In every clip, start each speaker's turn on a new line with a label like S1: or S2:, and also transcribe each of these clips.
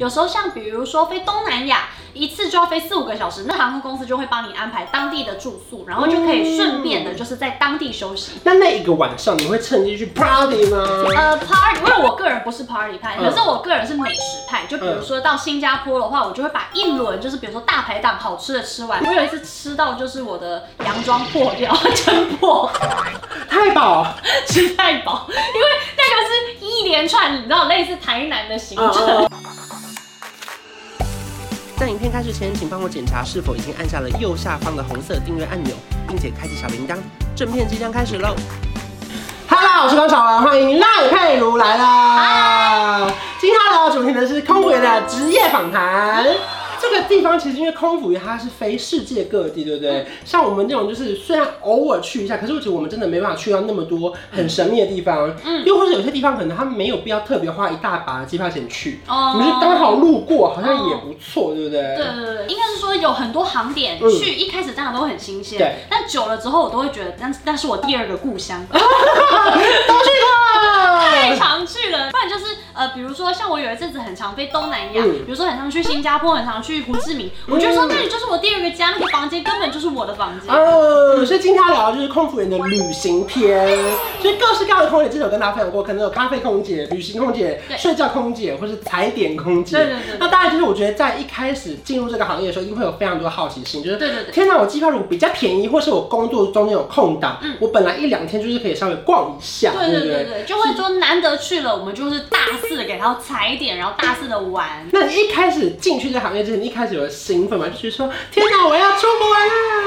S1: 有时候像比如说飞东南亚，一次就要飞四五个小时，那航空公司就会帮你安排当地的住宿，然后就可以顺便的就是在当地休息。
S2: 那那一个晚上你会趁机去 party 吗？
S1: 呃，party，因为我个人不是 party 派，
S2: 嗯
S1: 可是我个人是美食派。就比如说到新加坡的话，我就会把一轮就是比如说大排档好吃的吃完。我有一次吃到就是我的洋装破掉， 撑破，
S2: 太饱，
S1: 吃太饱，因为那个是一连串，你知道类似台南的行程。
S2: 嗯在影片开始前，请帮我检查是否已经按下了右下方的红色订阅按钮，并且开启小铃铛。正片即将开始喽！Hello，我是关少文，欢迎赖佩如来啦！今天要聊的主题呢是空服员的职业访谈。这个地方其实因为空服员它是飞世界各地，对不
S1: 嗯
S2: 对？像我们这种就是虽然偶尔去一下，可是我觉得我们真的没办法去到那么多很神秘的地方。
S1: 嗯
S2: 又或者有些地方可能他们没有必要特别花一大把的机票钱去，
S1: 哦
S2: 我们就刚好路过，好像也不错，对不对？
S1: 对对对，应该是说有很多航点
S2: 嗯
S1: 去，一开始当然都很新鲜，
S2: 对
S1: 但久了之后，我都会觉得那那是我第二个故 乡，太
S2: 都去过。
S1: 常去了。不然就是呃，比如说像我有一阵子很常飞东南亚，
S2: 嗯
S1: 比如说很常去新加坡，很常去胡志明，我觉得说那里就是我第二个家，那个房间根本就是我的房间。
S2: 嗯，所以今天要聊的就是空服员的旅行篇，所以各式各样的空姐，之前有跟大家分享过，可能有咖啡空姐、旅行空姐、
S1: 对
S2: 睡觉空姐，或是踩点空姐。
S1: 对对对对
S2: 那当然，就是我觉得在一开始进入这个行业的时候，一定会有非常多的好奇心，就是
S1: 对对对
S2: 天哪，我机票如果比较便宜，或是我工作中间有空档，
S1: 嗯
S2: 我本来一两天就是可以稍微逛一下，
S1: 对
S2: 对
S1: 对
S2: 不
S1: 对对，就会说难得去了，我们就是大肆的给他踩点，然后大肆的玩。
S2: 那你一开始进去这个行业之前，你一开始有兴奋吗？就觉得说，天哪，我要出啊国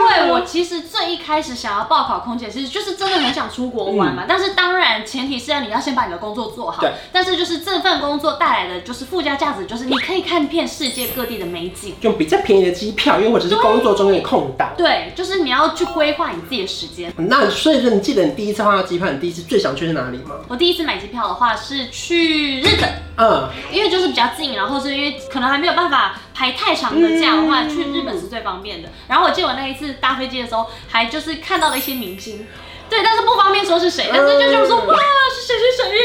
S2: 啦！
S1: 对，我其实最一开始想要报考空姐，其实就是真的很想出国玩嘛。但是当然前提是要你要先把你的工作做好
S2: 对。
S1: 但是就是这份工作带来的就是附加价值，就是你可以看遍世界各地的美景。
S2: 用比较便宜的机票，因为我只是工作中间的空档。
S1: 对，就是你要去规划你自己的时间。
S2: 那所以说，你记得你第一次换到机票，你第一次最想去是哪里吗？
S1: 我第一次买机票的话是去日本，
S2: 嗯，
S1: 因为就是比较近，然后是因为可能还没有办法排太长的假的话，
S2: 嗯
S1: 去日本是最方便的。然后我记得我那一次搭飞机的时候，还就是看到了一些明星，对，但是不方便说是谁，但是就觉得说
S2: 嗯
S1: 哇是谁谁谁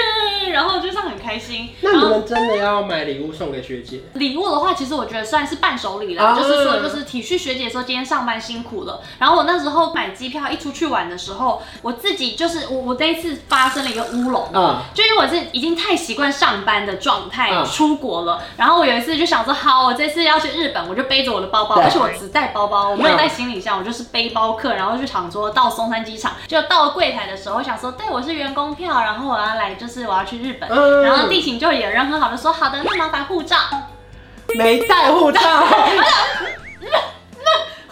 S1: 耶，然后就是很开心。
S2: 那
S1: 然
S2: 你
S1: 后
S2: 们真的要买礼物送给学姐？
S1: 礼物的话，其实我觉得算是伴手礼
S2: 啊
S1: 啦，就是说就是体恤学姐说今天上班辛苦了。然后我那时候买机票一出去玩的时候，我自己就是我我那一次发生了一个乌龙。
S2: 啊、
S1: 就因为我是已经太习惯上班的状态
S2: 嗯
S1: 出国了，然后我有一次就想说，好，我这次要去日本，我就背着我的包包，
S2: 对嗯
S1: 而且我只带包包，我没有带行李箱，我就是背包客，然后就想说到松山机场，就到柜台的时候想说，对我是员工票，然后我要来，就是我要去日本，
S2: 嗯
S1: 然后地勤就也人很好的说，好的，那麻烦护照，
S2: 没带护 照。
S1: 啊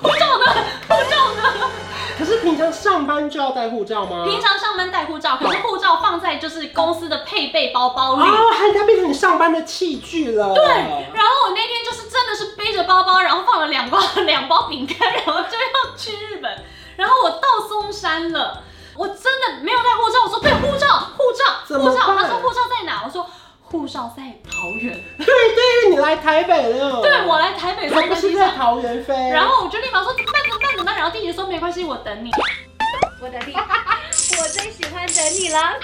S1: 护照呢？护照呢？
S2: 可是平常上班就要带护照吗？
S1: 平常上班带护照，可是护照放在就是公司的配备包包里，
S2: 哦，还它变成你上班的器具了。对。
S1: 然后我那天就是真的是背着包包，然后放了两包两包饼干，然后就要去日本。然后我到松山了，我真的没有带护照。我说对，护照，护
S2: 怎
S1: 照，
S2: 么
S1: 护照。
S2: 办
S1: 他说护照在哪？我说护照在桃园。
S2: 对对，你来台北了。
S1: 对我来台北
S2: 还
S1: 松
S2: 不
S1: 山
S2: 哦是
S1: 机
S2: 在
S1: 场，
S2: 桃园飞。
S1: 然后我就立马说怎么办怎么办怎么办，然后地勤说没关系，我等你。
S3: 我的天，我最喜欢等你了。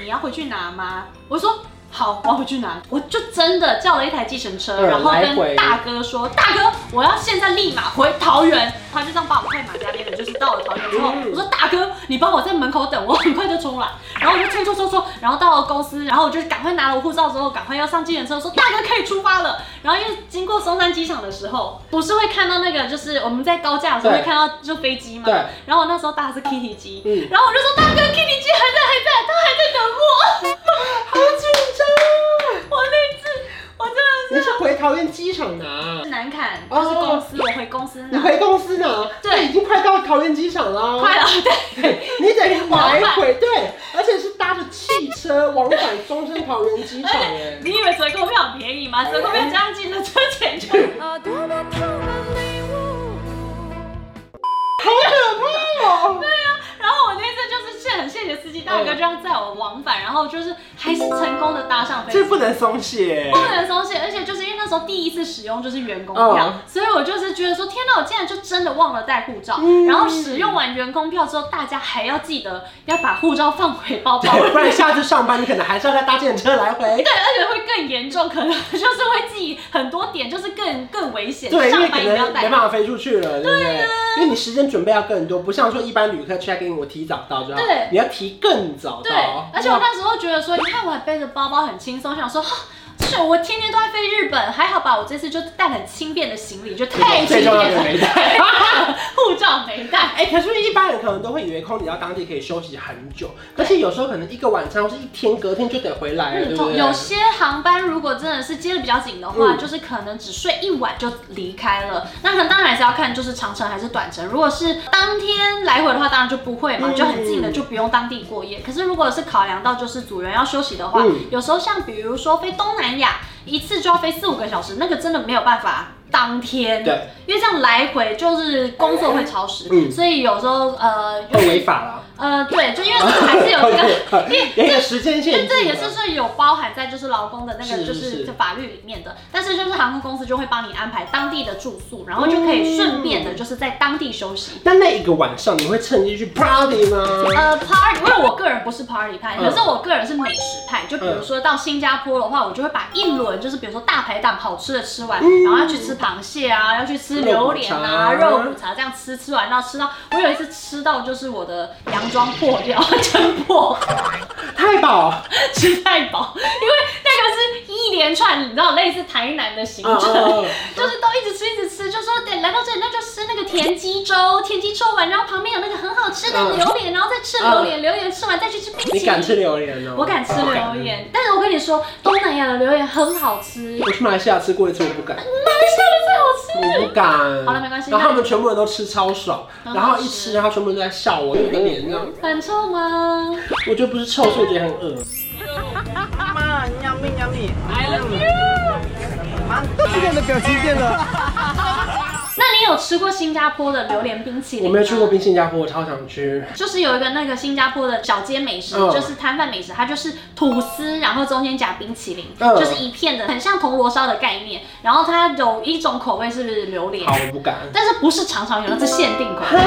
S1: 你要回去拿吗？我说好，我要回去拿。我就真的叫了一台计程车，
S2: 嗯
S1: 然后
S2: 来回
S1: 跟大哥说，大哥，我要现在立马回桃园。他就这样把我快马加鞭的，就是到了桃园之后
S2: 嗯，
S1: 我说大哥，你帮我在门口等，我很快就冲来。然后我就冲冲冲冲，然后到了公司，然后我就赶快拿了我护照之后，赶快要上计程车，说大哥可以出发了。然后因为经过松山机场的时候，不是会看到那个，就是我们在高架的时候
S2: 对
S1: 会看到就飞机吗？
S2: 对。
S1: 然后我那时候搭的是 Kitty 机，
S2: 嗯
S1: 然后我就说大哥，Kitty 机还在还在，他还在等我。
S2: 好紧张。啊
S1: 我那次我真的
S2: 你是回桃园机场拿
S1: 是，难砍，
S2: 哦
S1: 就是公司，我回公司
S2: 你
S1: 拿，
S2: 回公司拿，
S1: 对
S2: 那已经快到桃园机场了。
S1: 快了，对。
S2: 你等于来回对，而且是搭着汽车往返中山桃园机场哎。
S1: 你以为折扣票很便宜吗？折扣票加上计程车钱就
S2: 哎
S3: 啊，多么痛的礼物。
S2: 好可怕哦！哦
S1: 然后我那次就是去的很谢谢司机大哥这样载我往返，然后就是还是成功的搭上飞
S2: 这
S1: 机。
S2: 不能松懈
S1: 不。能松懈，而且就是因为那时候第一次使用就是员工票，
S2: 嗯
S1: 所以我就是觉得说，天哪，我竟然就真的忘了带护照。
S2: 嗯
S1: 然后使用完员工票之后，大家还要记得要把护照放回包包，
S2: 对，不然下次上班你可能还是要再搭计程车来回。
S1: 对，而且会更严重，可能就是会记很多点，就是更更危险。
S2: 对，因为
S1: 上
S2: 可
S1: 班一定要
S2: 能
S1: 带啊
S2: 没办。法飞出去了，对不对？因为你时间准备要更多，不像说一般旅客 check in 我提早到就好，
S1: 对
S2: 你要提更早
S1: 对
S2: 到。，
S1: 而且我那时候觉得说，你看我还背着包包很轻松，想说。 啊是我天天都在飞日本，还好吧？我这次就带很轻便的行李，就太轻
S2: 最
S1: 便
S2: 重要的
S1: 了，
S2: 没带。
S1: 护照没带。
S2: 哎、可是一般人可能都会以为空姐到当地可以休息很久，而且有时候可能一个晚上或是一天，隔天就得回来了，对不
S1: 嗯，
S2: 对？
S1: 有些航班如果真的是接的比较紧的话，
S2: 嗯
S1: 就是可能只睡一晚就离开了。那可能当然还是要看就是长程还是短程。如果是当天来回的话，当然就不会嘛，
S2: 嗯
S1: 就很近的就不用当地过夜。可是如果是考量到就是组员要休息的话，
S2: 嗯
S1: 有时候像比如说飞东南亚，一次就要飞四五个小时，那个真的没有办法当天。
S2: 对，
S1: 因为这样来回就是工作会超时，
S2: 嗯
S1: 所以有时候呃，
S2: 会违法啦。
S1: 呃，对，就因为这个还 是有一个。
S2: 有一个时间限制
S1: 这
S2: 的，
S1: 这也是是有包含在就是劳工的那个
S2: 是
S1: 就是是
S2: 是
S1: 法律里面的，但是就是航空公司就会帮你安排当地的住宿，然后就可以顺便
S2: 嗯
S1: 的就是在当地休息。
S2: 但那一个晚上你会趁机去 party 吗？
S1: 呃，party，因为我个人不是 party 派，
S2: 嗯
S1: 可是我个人是美食派。就比如说到新加坡的话，我就会把一轮就是比如说大排档好吃的吃完，
S2: 嗯
S1: 然后要去吃螃蟹啊，要去吃榴莲啊、
S2: 肉
S1: 肉
S2: 骨茶
S1: 骨茶这样吃，吃完到吃到我有一次吃到就是我的洋装破掉， 撑破。
S2: 太 饱，
S1: 吃太饱，因为那个是一连串，你知道类似台南的行
S2: 嗯
S1: 程，
S2: 嗯嗯
S1: 就是都一直吃一直吃，就说得来到这里那就吃那个田鸡粥，田鸡粥完，然后旁边有那个很好吃的
S2: 嗯
S1: 榴莲，然后再吃榴莲，榴莲吃完再去吃冰淇淋。
S2: 你敢吃？榴莲哦？
S1: 我敢吃榴。莲，但是我跟你说，东南亚的榴莲很好吃，
S2: 我去马来西亚吃过一次，我不敢，
S1: 马来西亚的最好
S2: 我
S1: 吃。
S2: 不敢。
S1: 好了没关系嗯
S2: 然后他们全部人都吃超爽，
S1: 很好吃
S2: 然后一吃，然后全部人都在笑我，有一个脸这样。
S1: 很臭吗？
S2: 我觉得不是臭，是我觉得很饿。
S4: 妈，yummy yummy。I love you。这样的表情变得。
S1: 那你有吃过新加坡的榴莲冰淇淋？
S2: 我没有去过。
S1: 嗯
S2: 冰新加坡，我超想去。
S1: 就是有一个那个新加坡的小街美食，
S2: 嗯
S1: 就是摊贩美食，它就是吐司，然后中间夹冰淇淋，
S2: 嗯
S1: 就是一片的，很像铜锣烧的概念。然后它有一种口味是榴莲
S2: 好，，我不敢。
S1: 但是不是常常有，那是限定口味，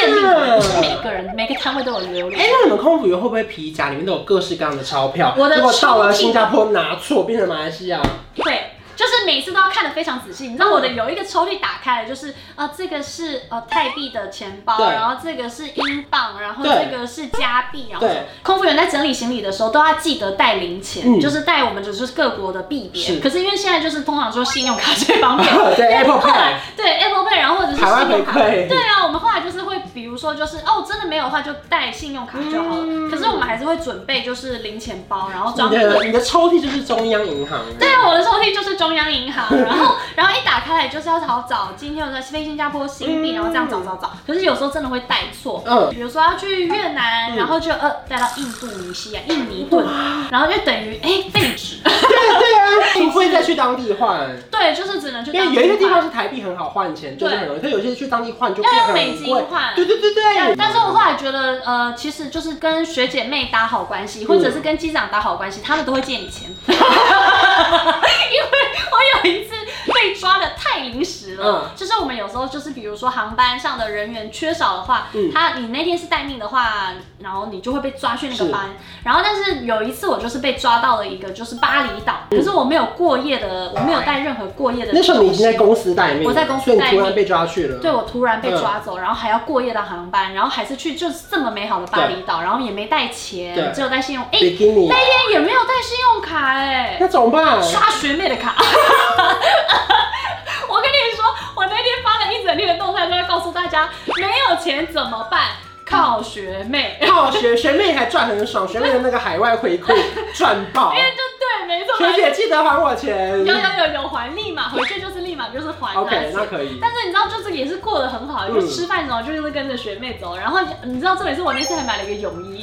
S1: 限定口味不是每个人每个摊位都有榴
S2: 哎、
S1: 莲。
S2: 那你们空服员会不会皮夹里面都有各式各样的钞票？
S1: 我的
S2: 结果到
S1: 抽
S2: 了
S1: 屉
S2: 新加坡拿错，变成马来西亚。
S1: 对，就是每次都要看得非常仔细。你知道我的有一个抽屉打开了，就是呃，这个是呃泰币的钱包，
S2: 对
S1: 然后这个是英镑，然后
S2: 对
S1: 这个是加币，然后
S2: 对
S1: 什么空服员在整理行李的时候都要记得带零钱，
S2: 嗯
S1: 就是带我们就是各国的币别。
S2: 是。
S1: 可是因为现在就是通常说信用卡最方便
S2: 对，Apple Pay。
S1: 对 Apple Pay，然后或者是信
S2: 台湾
S1: 用卡，
S2: 回馈
S1: 对啊，我们后来就是会，比如说就是哦，真的没有的话就带信用卡就好了。
S2: 嗯
S1: 可是我们还是会准备就是零钱包，然后装
S2: 你
S1: 那个
S2: 的你的抽屉就是中央银行。
S1: 对啊，我的抽屉就是中央银 行，然后然后一打开来就是要找找今天有在飞新加坡新币，然后这样找找找。可是有时候真的会带错，
S2: 嗯
S1: 比如说要去越南，然后就呃带到印度尼西亚、印尼盾，然后就等于哎废纸。
S2: 对对啊，你不会再去当地换，
S1: 对，就是只能去
S2: 因
S1: 当
S2: 为有一些地
S1: 地
S2: 方
S1: 换。
S2: 是台币很好换钱，就是
S1: 对
S2: 很容易，但有些去当地换就变
S1: 要
S2: 得
S1: 用美
S2: 很
S1: 金
S2: 贵。
S1: 换，
S2: 对对对对。
S1: 但是我后来觉得，呃，其实就是跟学姐妹打好关
S2: 嗯
S1: 系，或者是跟机长打好关系，他们都会借你 钱。因为我有一次被抓的太临时
S2: 嗯
S1: 了，就是我们有时候就是比如说航班上的人员缺少的话，
S2: 嗯
S1: 他你那天是待命的话，然后你就会被抓去那个
S2: 是
S1: 班。然后但是有一次我就是被抓到了一个就是巴厘岛，可是我没有过夜的，我没有带任何过夜的。
S2: 嗯那时候你已经在公司待命了，
S1: 我在公司
S2: 所以你
S1: 待
S2: 突然
S1: 命
S2: 被抓去了。
S1: 对，我突然被
S2: 嗯
S1: 抓走，然后还要过夜的航班，然后还是去就是这么美好的巴厘岛，然后也没带
S2: 对
S1: 钱，只有带信用，哎、
S2: 比基尼，
S1: 那天也没有带信用卡、哎，
S2: 那怎么办？
S1: 刷学妹的卡。 我跟你说，我那天发了一整天的动态，都在告诉大家，没有钱怎么办？靠学妹。
S2: 靠学学妹还赚很爽，学妹的那个海外回馈赚爆
S1: 因。为就对，没错，
S2: 学姐记得还我钱
S1: 有。有有有还，立马回去就是立马就是还那
S2: OK，
S1: 些
S2: 那可以。
S1: 但是你知道，就是也是过得很好，就
S2: 嗯
S1: 吃饭的时候就是跟着学妹走，然后你知道，重点是我那次还买了一个泳衣，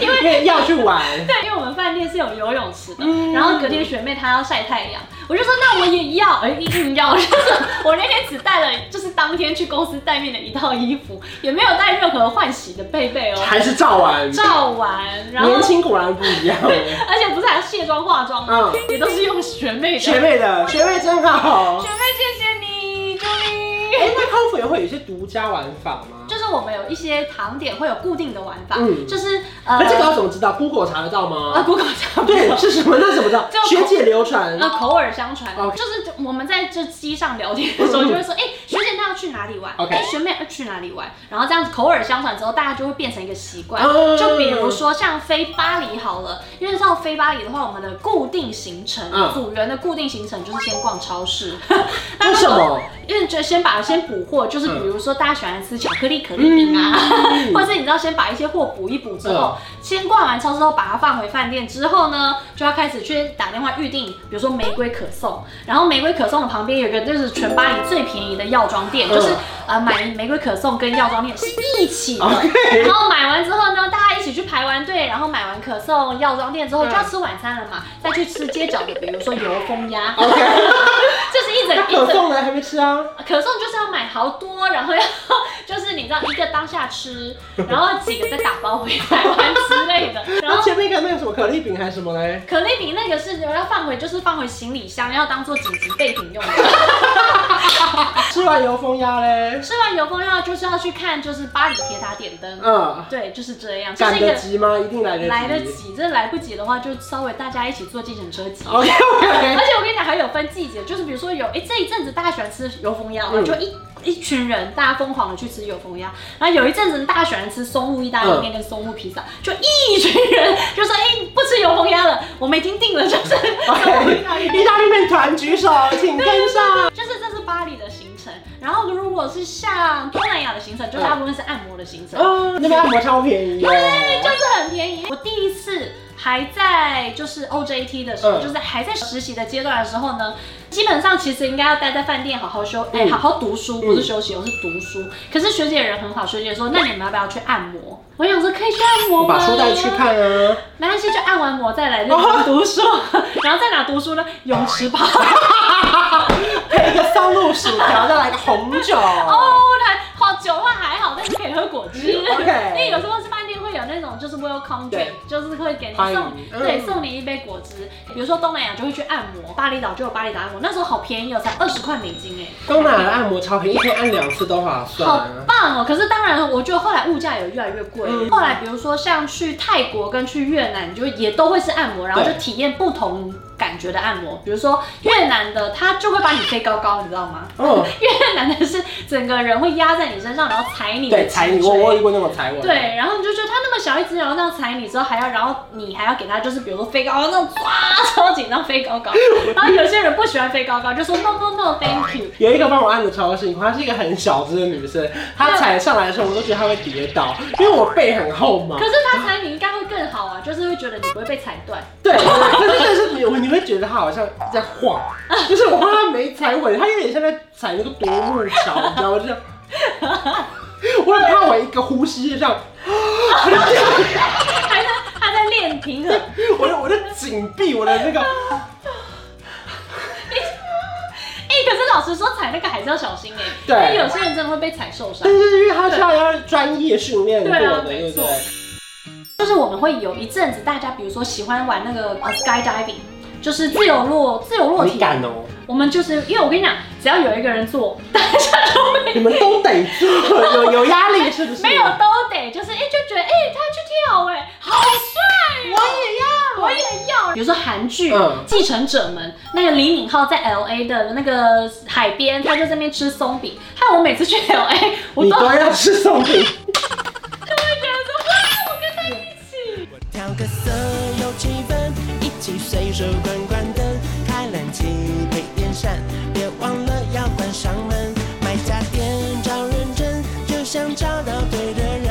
S1: 因为
S2: 因为要去玩，
S1: 对，因为我们饭店是有游泳池的，
S2: 嗯
S1: 然后隔天学妹她要晒太阳，我就说那我也要，哎、硬要，就是我那天只带了，就是当天去公司带面的一套衣服，也没有带任何换洗的被被 哦，
S2: 还是照完。
S1: 照完，然后
S2: 年轻果然不一样 哎，
S1: 而且不是还要卸妆化妆吗？
S2: 嗯
S1: 也都是用学妹的。
S2: 学妹的学妹 真好。
S1: 学妹，谢谢你，祝你。
S2: 哎，那康复也会有一些独家玩法吗？
S1: 就是我们有一些糖点会有固定的玩法，
S2: 嗯
S1: 就是呃，
S2: 那这个要怎么知道？Google 查得到
S1: 啊
S2: 吗？
S1: ，Google 上
S2: 对，是什么？那怎么知道
S1: 就？
S2: 学姐流传。
S1: 呃口耳相传
S2: 哦 OK 嗯
S1: 就是我们在这机上聊天的时候就会说，哎、学姐那要去哪里玩？哎
S2: OK
S1: 学妹要去哪里玩？然后这样子口耳相传之后，大家就会变成一个习惯。
S2: 嗯
S1: 就比如说像飞巴黎好了，因为到飞巴黎的话，我们的固定行程，
S2: 嗯
S1: 组员的固定行程就是先逛超市。
S2: 为什么？
S1: 因为就先把先补货，就是比如说大家喜欢吃巧克力可丽饼啊，
S2: 嗯
S1: 或是你知道先把一些货补一补之后，先逛完超市后把它放回饭店之后呢，就要开始去打电话预定，比如说玫瑰可颂，然后玫瑰可颂的旁边有一个就是全巴黎最便宜的药妆店，
S2: 嗯
S1: 就是呃买玫瑰可颂跟药妆店是一起的。
S2: OK，
S1: 然后买完之后呢，大家一起去排完队，然后买完可颂药妆店之后
S2: 嗯
S1: 就要吃晚餐了嘛，再去吃街角的，比如说油封鸭
S2: OK
S1: 就是一整一
S2: 可
S1: 整
S2: 颂呢还没吃啊？
S1: 可颂就是要买好多，然后要 就是你知道一个当下吃，然后几个再打包回台湾之类的，然
S2: 那
S1: 后。
S2: 前面一个那个什么可丽饼还是什么嘞？
S1: 可丽饼那个是要放回，就是放回行李箱，要当做紧急备品用的。
S2: 吃完油封 鸭嘞？
S1: 吃完油封药就是要去看，就是巴黎铁塔点灯。
S2: 嗯，
S1: 对，就是这样，这是
S2: 赶
S1: 一
S2: 得
S1: 个
S2: 及吗？一定来得及。
S1: 来得。及，真的来不及的话，就稍微大家一起坐计程车挤。
S2: OK
S1: 而
S2: OK。
S1: 且我跟你讲，还有分季节，就是比如说有，哎、这一阵子大家喜欢吃油封鸭，
S2: 嗯
S1: 就一一群人大家疯狂的去吃油封鸭，然后有一阵子大家喜欢吃松露意大利面跟松露披萨，就一群人就说，哎、不吃油封鸭了，我们已经定了，就是 松露意大利
S2: OK，
S1: 面
S2: 哎意大利面团举手，请跟上。
S1: 就是这是巴黎的行程，然后如果是像东南亚的行程，就大部分是按摩的行程，
S2: 嗯，那边按摩超便宜耶。啊
S1: 对，就是很便宜。我第一次还在就是 OJT 的时候，
S2: 嗯
S1: 就是还在实习的阶段的时候呢，基本上其实应该要待在饭店好好休，哎、
S2: 嗯
S1: 好好读书，不是
S2: 嗯
S1: 休息，我是读书。可是学姐人很好，学姐说那你们要不要去按摩？我想说可以去按摩
S2: 我
S1: 吗？
S2: 把书带去看哦啊。
S1: 没关系，就按完摩再来那边读书， 然后在哪读书呢？泳池旁。
S2: 配一个松露薯条，再来个红酒。
S1: 哦，还好酒的话还好，但是可以喝果汁。
S2: OK
S1: 因为有时候是饭店会有那种就是 welcome
S2: 对
S1: drink，就是会给你
S2: 欢
S1: 送
S2: 迎，嗯
S1: 对，送你一杯果汁。比如说东南亚就会去按摩，巴厘岛就有巴厘岛按摩，那时候好便宜哦，才二十块美金哎。
S2: 东南亚的按摩超便宜，一天按两次都划算
S1: 好
S2: 啊。
S1: 棒哦！可是当然，我觉得后来物价有越来越贵。
S2: 嗯
S1: 后来比如说像去泰国跟去越南，你就也都会是按摩，然后就
S2: 对
S1: 体验不同感觉的按摩。比如说越南的，他就会把你飞高高，你知道吗？
S2: 嗯，
S1: 越南的是整个人会压在你身上，然后踩你的
S2: 对，踩 你，
S1: 脊椎
S2: 我我有遇过那种踩我。，
S1: 对，然后你就觉得它那么小一只，然后那样踩你之后，还要，然后你还要给它，就是比如说飞高高那种抓超紧张飞 高高，然后有些人不喜欢飞高高，就说 no no no thank you。
S2: 有一个帮我按的超辛苦，她是一个很小只的女生，她踩上来的时候，我都觉得她会跌倒，因为我背很厚嘛
S1: 可。是它踩你应该会更好啊，就是会觉得你不会被踩断。
S2: 对，可是但是你你会觉得她好像在晃，
S1: 啊
S2: 就是我怕她没踩稳，她有点像在踩那个独木桥，你知道吗？就这样， 我很怕我一个呼吸就这样，
S1: 还在还在练平 衡，
S2: 我的我的紧闭，我的那个。
S1: 哎、可是老实说踩那个还是要小心哎、
S2: 对
S1: 因为有些人真的会被踩受伤
S2: 但。是因为他是要要专业训练过的，
S1: 对啊
S2: 对
S1: 没
S2: 不
S1: 错
S2: 对？
S1: 就是我们会有一阵子，大家比如说喜欢玩那个呃 skydiving，就是自由落自由落体。
S2: 哦？
S1: 我们就是因为我跟你讲，只要有一个人做，大家都会
S2: 你们都得做，有有压力是不是？
S1: 没有都得，就是哎、就觉得哎、他去跳哎、好帅、啊我也要，我也要。比如说韩剧
S2: 嗯
S1: 《继承者们》，那个李敏镐在 L A 的那个海边，他就在那边吃松饼，害我每次去 L A，我
S2: 你
S1: 都
S2: 都要吃松饼。
S5: 调个色有气氛，一起随手关关灯，开冷气配电扇，别忘了要关上门。买家电找认真，就像找到对的人。